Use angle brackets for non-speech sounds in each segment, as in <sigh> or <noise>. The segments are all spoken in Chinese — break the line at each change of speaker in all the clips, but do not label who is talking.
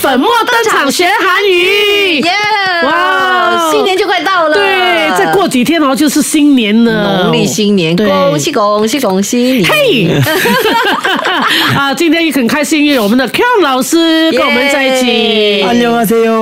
粉墨登场学韩语。
耶！
哇哦
哇，新年就快到了，
对，再过几天哦，就是新年了，
农历新年，
对
恭喜恭喜恭喜你！
嘿， <laughs> 啊，今天也很开心，因为我们的 Q 老师跟我们在一起。
耶
안녕하세요。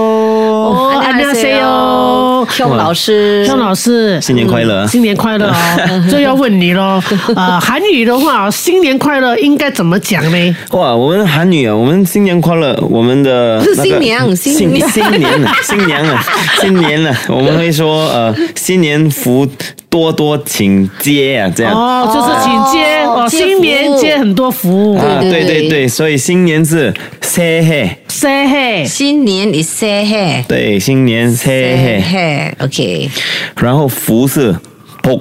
哦，안녕하세요。
邱老师，
张老师，
新年快乐
嗯新年快乐哦！ <laughs> 这要问你喽，呃，韩语的话，新年快乐应该怎么讲呢？
哇，我们韩语啊，我们新年快乐，我们的、那个、
新年
新
新年
新年啊，新年啊，新年啊， <laughs> 我们会说呃，新年福多多请接啊，这样。
哦，就是请接
哦
哦，
接福
新年接很多福，
啊，
对
对
对
对对，所以新年是새해，
塞嘿，
新年你 say 嘿，
对，新年새해，
嘿，OK，
然后福是복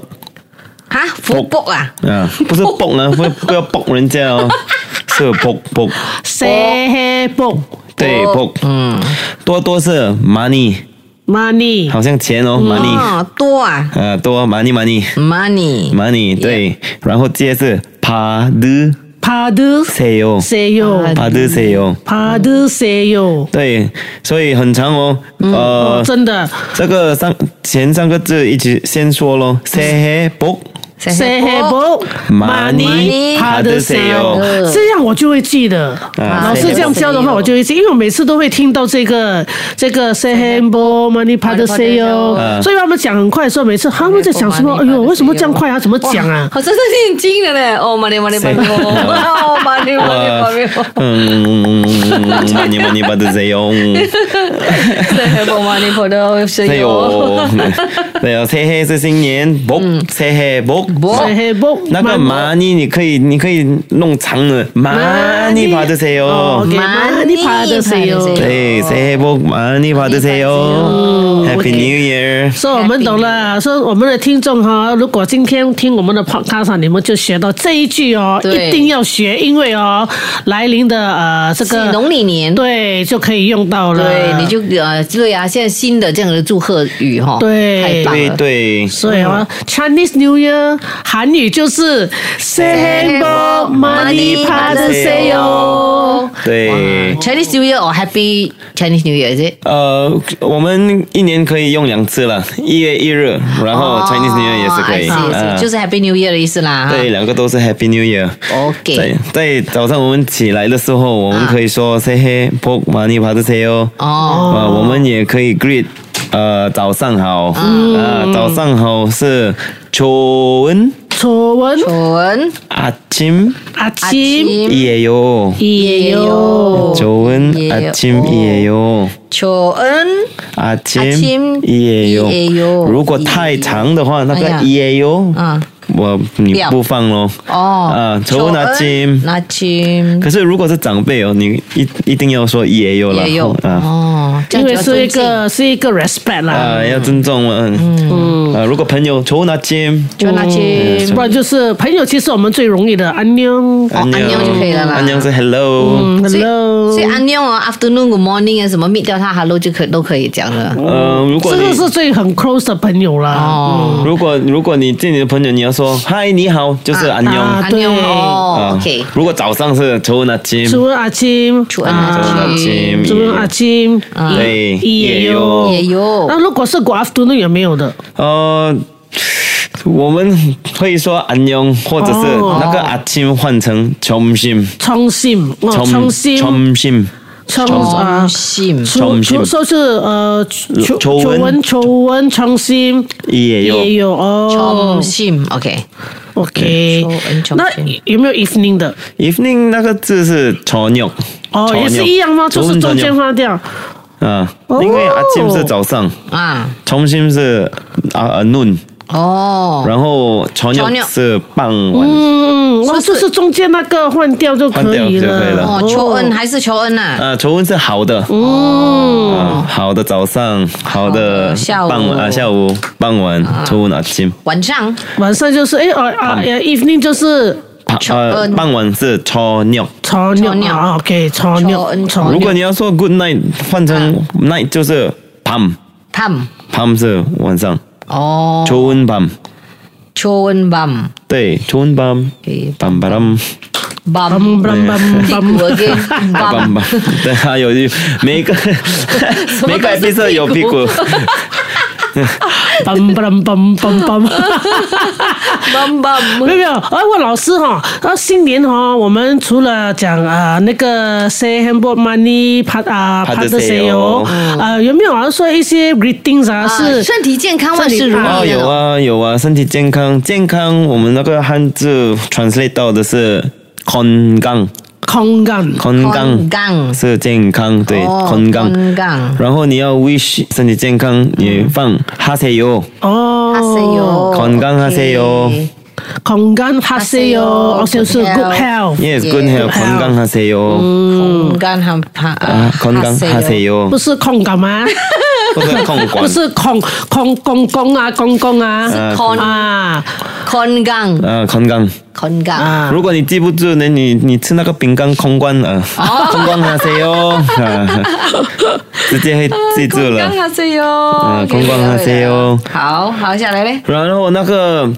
아福报啊，
啊，不是복呢，不不要복人家哦，是복복，
塞嘿蹦
对복，嗯，多多是 money，
money，
好像钱哦，money。 아，
哦，多啊
呃，多 money money
，money，
money 对，然后接着是받으
帕德
세요，
塞哟，
받으세요，
帕德塞哟，
对，所以很长哦，呃，
真的
这个三前三个字一直先说咯，새해복，
塞嘿
报
蹦
Money，
帕德塞哟
帕
德塞哟，
这样我就会记得。
啊
老师这样教的话，我就会记，因为我每次都会听到这个这个 say hambo money p a d say 哦，
嗯
所以他们讲很快的时候，每次他们在想什么？哎呦，为什么这样快啊？怎么讲啊？
我真的念经了嘞！哦，马里马里马
<laughs>
里，哦，马里马里马里，
嗯，money money 받으세요，
对，马里婆的声
哎
音哦，
呦， <laughs> 对哦，새해是新年，복새해복，
哦
say hambo
那个 money 你可以你可以弄长了，money 받으
哦
세요。
哦 money p a d say 哦。
네, 哎 새해 복 많이 받으세요. Happy New Year.
所以我们懂了，所以我们的听众哈，如果今天听我们的 podcast，啊你们就学到这一句哦，
对
一定要学，因为哦，来临的呃这
是
个
农历年，
对就可以用到了，
对，你就呃，对呀、现在新的这样的祝贺语哈，
对
太棒
对
了。
对，
所以啊、c h
嗯
i n e s e New Year 韩语就是 Say Bo Money Pad Say
哦
Yo。
对，
Chinese New Year or Happy Chinese New Year is it？
呃，我们一年可以用两次了，一月一日，然后哦
哦
Chinese New Year 也是可啊以，
是
啊
就是 Happy New Year 的意思啦。
对，两个都是 Happy New Year。
，OK，
在在早上我们起来的时候，我们可以说 “say hey bok mani p a d s e o
哦，
呃，我们也可以 greet，呃，早上好，啊，早上好是 좋은
初文
纯
아침
阿七
아침
이에요
也有
좋은
예,
아침이에요.
纯 아침
아침이에요.
이에요. 哎呀。
如果太长的话，那个이에요，
嗯。不要。
我你不放咯。
哦，
啊，좋은 아침。
阿金
可是如果是长辈哦，你一一定要说也有了。
也有哦，这
因
样就
为
要
是一
尊敬
个是一个 respect 啦，
啊，要尊重了。嗯。啊，如果朋友좋은 아침。
纯阿金
不然嗯就是朋友，其实我们最容易的安妞。嗯
어, 안녕。 음.
안녕就可以了啦。
안녕是 hello。
Hello，
所以安妞啊，afternoon、good morning 啊，什么 meet 掉他 hello 就可都可以讲了。
这
呃，如果
个
你
是最很 close 的朋友啦。
哦，
如果如果你见你的朋友，你要说嗨你好，就是安妞。
啊
啊
安妞
对
哦，OK，
如果早上是좋은 아침，
初嗯文阿金，
初文阿
좋은
嗯
아침， 예.
初文阿金，
对
也有
也有
那如果是 good afternoon 有没有的？
呃，我们会说安妞，或者是
哦
那个阿침换成점심，
冲心，哦，冲心，
어, 점심，
冲啊。
心
除
冲心
除说是呃，求
求温
温求温冲心
也有
也有哦
冲心，OK，
，OK
求温冲心。
那有没有 evening 的？
evening 那个字是저녁， 어.
哦，也是一样吗？就是中间
换。
花掉。
啊，
哦
因为阿침是早上，
啊，
점심是啊啊 noon，
哦，
然后 아, 저녁
어. 저녁
是傍
음.
晚。
嗯，那就是中间那个换掉就可以
换掉就可以
了。
了
哦，求恩还是求恩呐，
呃，求婚是好的，嗯、好的早上，好的
好的下午
傍晚、啊下午、傍晚，求婚啊，亲，
晚上
晚上就是哎哦啊啊，evening 就是
傍
求
呃
恩
傍晚是超尿。
草
草
鸟
鸟
啊，OK，草鸟
草鸟，
草
如
鸟
果。你要说 good night，换成 night 就是 pam
p a m 어.
pam 是晚上，
哦，
좋은 밤.
좋은 밤.
네, 좋은 밤.
오케이.
밤바람.
밤.
빰, 빰, 빰, 빰.
피구에게 밤.
밤밤. 네, 아, 요,每个每个 episode 有屁股。
嘣嘣嘣嘣嘣。
밤 밤.
没有没有，啊，我老师哈，啊，新年哈，我们除了讲啊、呃那个 say handball money 帕啊
帕
帕
德
德
塞
塞
哟
哦，啊，有没有好像说一些 greetings 啊？是
身体健康，万事如意
啊，
那
有
种。
啊有啊，身体健康健康，我们那个汉字 translate 到的是건강
空干
건강
건강
是健康，对
哦
건강
건강 음.
然后你要 wish 예, 身体健康，你放哈塞哟，
哦，
하세요.
건강하세요.
오케이.
空干哈塞哟，
哈
而
塞
且
哟
是 good health，
yes
예,
good health
good
건강하세요
건강 하 하-
아
하세요.
건강하세요
不是空干吗？
不是空管
不是空空公公啊，公公啊
呃
건
啊
건강
啊 아, 건강
건강.
啊，
如果你记不住呢，你你吃那个饼干空罐啊，
아.
空罐哈塞哟，
<laughs>
啊直接会记住了。
건강하세요.
아, 건강하세요.
好，好，下来嘞。
然后那个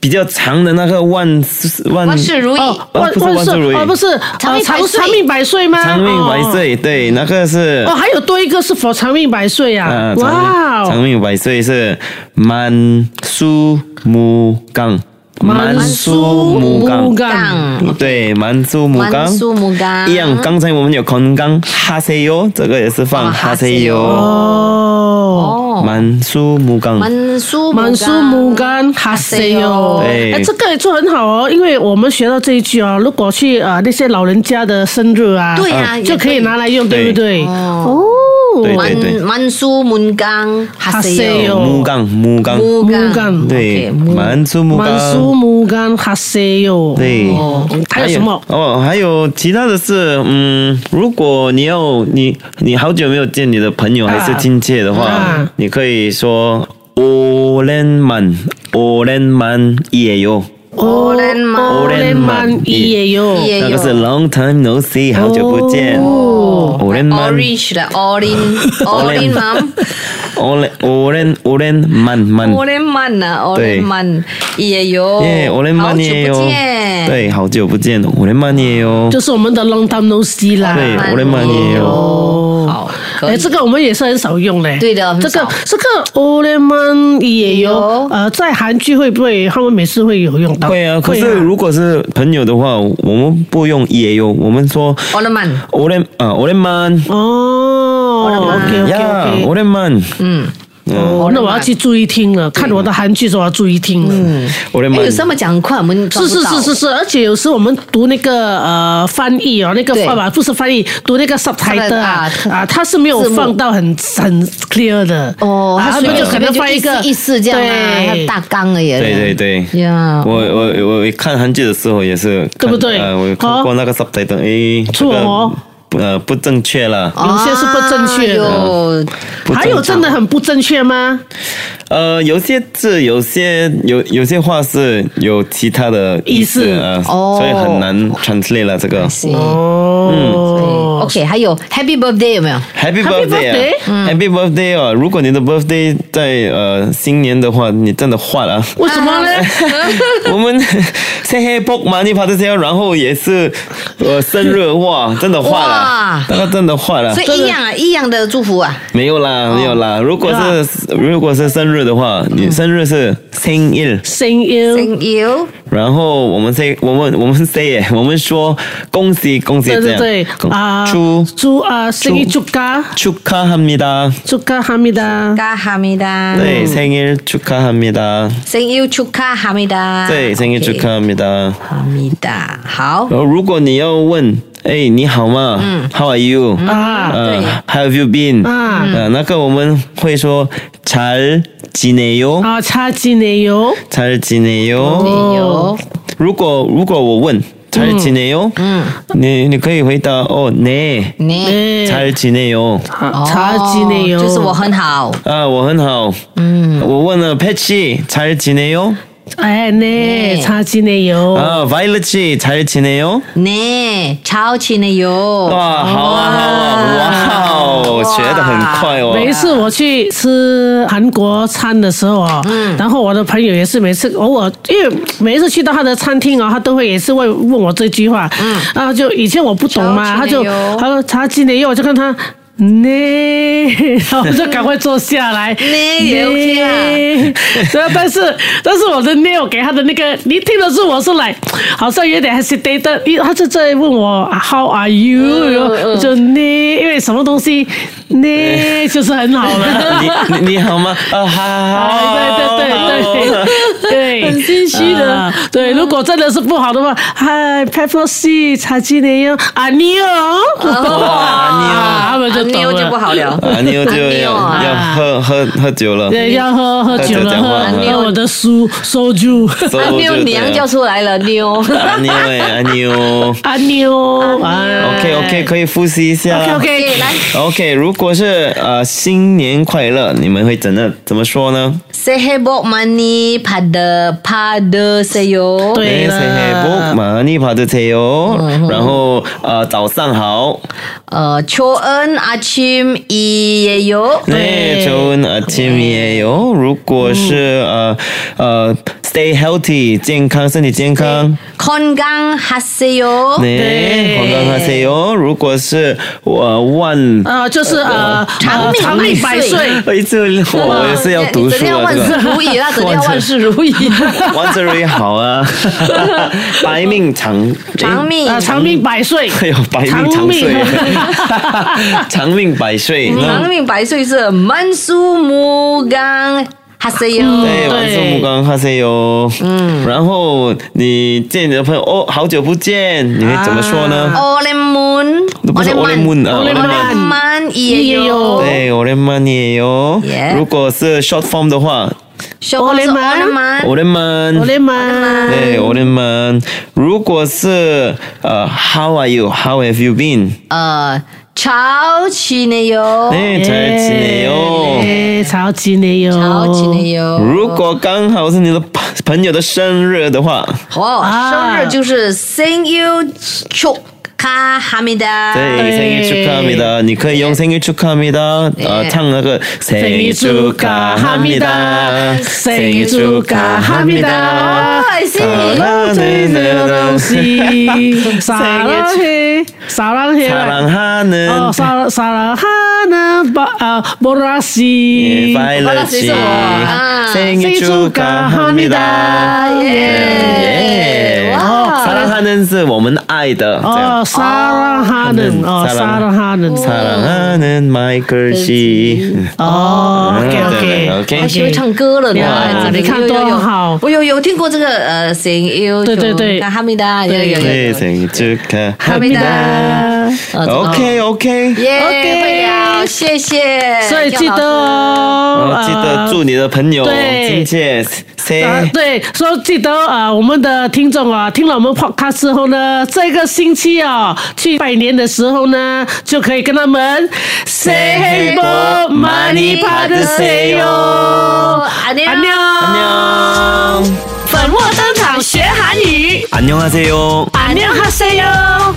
比较长的那个万事万
万事如意。
哦，
啊
万
不是
万
万事如
岁
意
哦，不是
哎长
呃长命
命百岁
百岁吗？
长命百
哦。
岁，对，那个是
哦，还有多一个是否长命百岁啊
啊，！
哇
长命
哦
长命百岁是满苏木刚，满苏木刚，对，满苏木刚，
만수무강.
一样。刚才我们有空刚哈塞哟，这个也是放
哦
哈塞
哈塞
哟，
哦，
哦，
满苏木刚，
만수무강.
满树母干哈塞哟！
对
哎，这个也做得很好哦，因为我们学到这一句哦，如果去啊、呃那些老人家的生日啊，
对啊
嗯
也
就可以
可以
拿来用，对不对？哦，
对对对哦
만 만수문강 하세요.
하세요.
木刚木刚，
무강.
무강.
对，
오케이, 무-
满苏木
满树
刚。
母干哈塞哟！
对
哦还有什么？
哦，还有其他的是，嗯，如果你要你你好久没有见你的朋友还是亲戚的话，
啊
你可以说오랜만오랜만이에요，
오랜만.
哦
오랜만이
也有，
也有
那个是 long time no see，好久不见。
哦
오랜만
orange 的 orange orange 맘
오랜오랜오랜만만，
오랜만나 오랜만 이에요.
耶，오랜만이에요，
哦好久不见。
对，好久不见，오랜만이에요，
就是我们的 long time no see 啦。
对，
만
네, 오랜만이에요。
哦
好，可
哎，
以
这个我们也是很少用嘞。
对的很
这个
少
这个 o l e m o n 也有
有，
呃，在韩剧会不会他们每次会有用到？
会啊，可是如果是朋友的话，我们不用也有，我们说
오랜만.
오랜啊오랜만，
哦，OK OK
呀
OK，
오랜만，
嗯，
哦，那我要去注意听了，看我的韩剧时候要注意听了。
오랜
哎有
만，
这么讲很快，我们抓
是
不
是
到
是是是，而且有时我们读那个呃翻译哦，那个
对
啊不不是翻译，读那个 subtitle 啊
啊
啊，它是没有
字幕
放到很很 clear 的
哦，
아,
啊他
随
们
便
就可能
随
放一
便
个
就意思意思这样啊，
네.
对
它大纲而已。
对对对。
呀
我，我我看韩剧的时候也是看，
对不对
呃，我看过那个 subtitle，诶，这
错
个
哦
不呃不正确了。
有些是不
아,
正确的
的。
不
还
正
有真的很不正确吗？
呃，有些字，有些有有些话是有其他的
意思
思啊，
哦
所以很难 translate 了这个。
是嗯
哦，
OK，还有 네. Happy Birthday 有没有？
Happy
Happy
birthday！Happy
birthday！
birthday 啊！如果你的 birthday 在呃新年的话，你真的换了、啊。
为什么呢？
<laughs>
아,
我们 say hey book money party sale，然后也是呃生日哇，真的换了、
哇
那个真的换了、
所以一样啊，一样的祝福啊。
没有啦，没有啦。如果是如果是生日的话，你生日是生日，
声音
Thank you。
然后我们 say 我们我们 say 我们说恭喜恭喜
对
这
对
样。
对
恭
啊，
祝
祝啊，生日祝嘎
축하합니다。
祝嘎哈密达，
嘎哈米达。
对，생일축하합니다。
Thank you，축하합니다。
对， 네, 생일축하합니다。
哈米达。好，
然后如果你要问，哎，你好吗？嗯，How are you？
啊
呃
对
，Have you been？
啊
呃，那个我们会说잘지내요，
啊，差劲呢哟，
잘지내요。
没有。
如果如果我问잘지내요，嗯，
음.
你你可以回答哦，네，
你
哎，
잘지내요。
아,
啊差劲呢哟，
哦就是我很好。
啊，我很好。嗯，我问了 Patchy，잘지내요？
哎네
네.
잘
哦
지내요.
아, 바일렛 씨, 잘 지내요?
네, 잘 지내요.
와, 好啊好啊 와우, 学得很快哦.
每一次我去吃韩国餐的时候啊，
嗯
然后我的朋友也是每次偶尔，因为每一次去到他的餐厅啊，他都会也是会问我这句话，
嗯
然后就以前我不懂嘛，
超
他
级
就
奶油
他说茶几奶油，我就看他。呢，然后我就赶快坐下来。
<laughs> 呢也 OK 啦
<laughs> 对啊，但是但是我的 nail 给他的那个，你听得出我是来，好像有点 hesitated，因为他就在问我 How are you？、我
嗯
就呢，因为什么东西呢， <laughs> 就是很好
<laughs>
了。
你你你好吗？啊，好，
哎对对对对对，
很心虚的嗯
啊对，如果真的是不好的话，嗨 p e p p e r C，茶几呢哟，啊你哦，啊 <laughs>
哇
他们就懂
妞就不好了。
啊，你又就要
啊
要喝喝喝酒了，
对，要喝喝酒
大家
了，
讲话
喝
啊
喝我的书收住。
所以
啊
我
妞
就
娘
对
叫出来了，妞。
啊妞哎，啊妞
阿妞哎
，OK OK，可以复习一下
OK
啦。
OK，
来
OK，如果是呃新年快乐，你们会怎么怎么说呢？
，Say hello, money, pada, pada, say yo。
对
哎 네， 새해복많이받으세요然后呃早上好，
呃， 어， 초은아침이에요。
네
네.
좋은 아침이에요. 如果是呃呃 stay healthy 健康身体健康，
건강 하세요.
네
네.
건강하세요. 如果是我万
呃，就是呃，
长命
呃长命百
百岁
岁。
<laughs> 어， 啊
你整天万事如意，那整天万事 <laughs> 如意。
<laughs>
<laughs>
我也是要读书啊，这个完成也好啊，白命长
长命
啊，长命百岁，
哎呦，百命
长
长
命
岁， <laughs> 长命百岁。那
嗯长命百岁是满苏木刚哈塞哟。
对
对，晚上木刚哈塞哟。嗯，然后你见你的朋友哦，好久不见，你会怎么说呢？
奥雷门，
不是 Olemon 啊
오랜만
，Olemon。
曼也有。
对，Olemon 哟
Yeah。
如果是 short form 的话
小雷曼，
我
，Olemon。
的妈！
对，Olemon。如果是呃，How are you? How have you been?
呃，超起呢哟，
哎， 네, 잘 지내요。
哎，超级呢哟，
超起呢哟。
如果刚好是你的朋朋友的生日的话，
哦，
啊
生日就是 Thank you, 축하합니다。
对，生日 네, 축하합니다。你可以用生日축하합니다，呃， 아, 唱那个生
생일축하합니다
生
생
일
일축
축하
하
합
합
니
니다
다。
哎，是。
사랑해내
<laughs>
<laughs>
당신 사랑해 사랑해
사랑하는
어 사랑 사랑하는 바 아, 보라 씨
예, 바일럿 씨
아.
생일 축하합니다.
축하합니다.
예.
예.
어, 사랑하는 是我们爱的。
어
哦
嗯
사랑하는 어 사랑하는
사랑하는 마이클 씨.
어 오케이
嗯，对，对，
오케이
我
OK
学会哦唱歌了呢
哇，
哎
你看多好
我有有听过这个呃，Thank you，
对对对
哈密达，有有有
네
有，
생일
啊
축하합니다. 예.
합니다. 어.
OK OK。
耶，
OK
会了，谢谢，
所以记得
然
哦
嗯后记
呃
得祝你的朋友
对
亲切
啊
say，
对，说记得啊，我们的听众啊，听了我们 podcast 之后呢，这个星期啊，去拜年的时候呢，就可以跟他们 say hello, money p a r t say yo，
阿妞，
안녕，
안녕，
哦粉墨登场学韩语，
안녕하세요。
안녕하세요。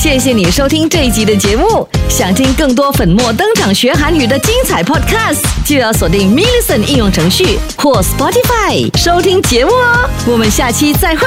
谢谢你收听这一集的节目。想听更多粉墨登场学韩语的精彩 podcast，就要锁定 m i l l i c e n t 应用程序或 Spotify 收听节目哦。我们下期再会。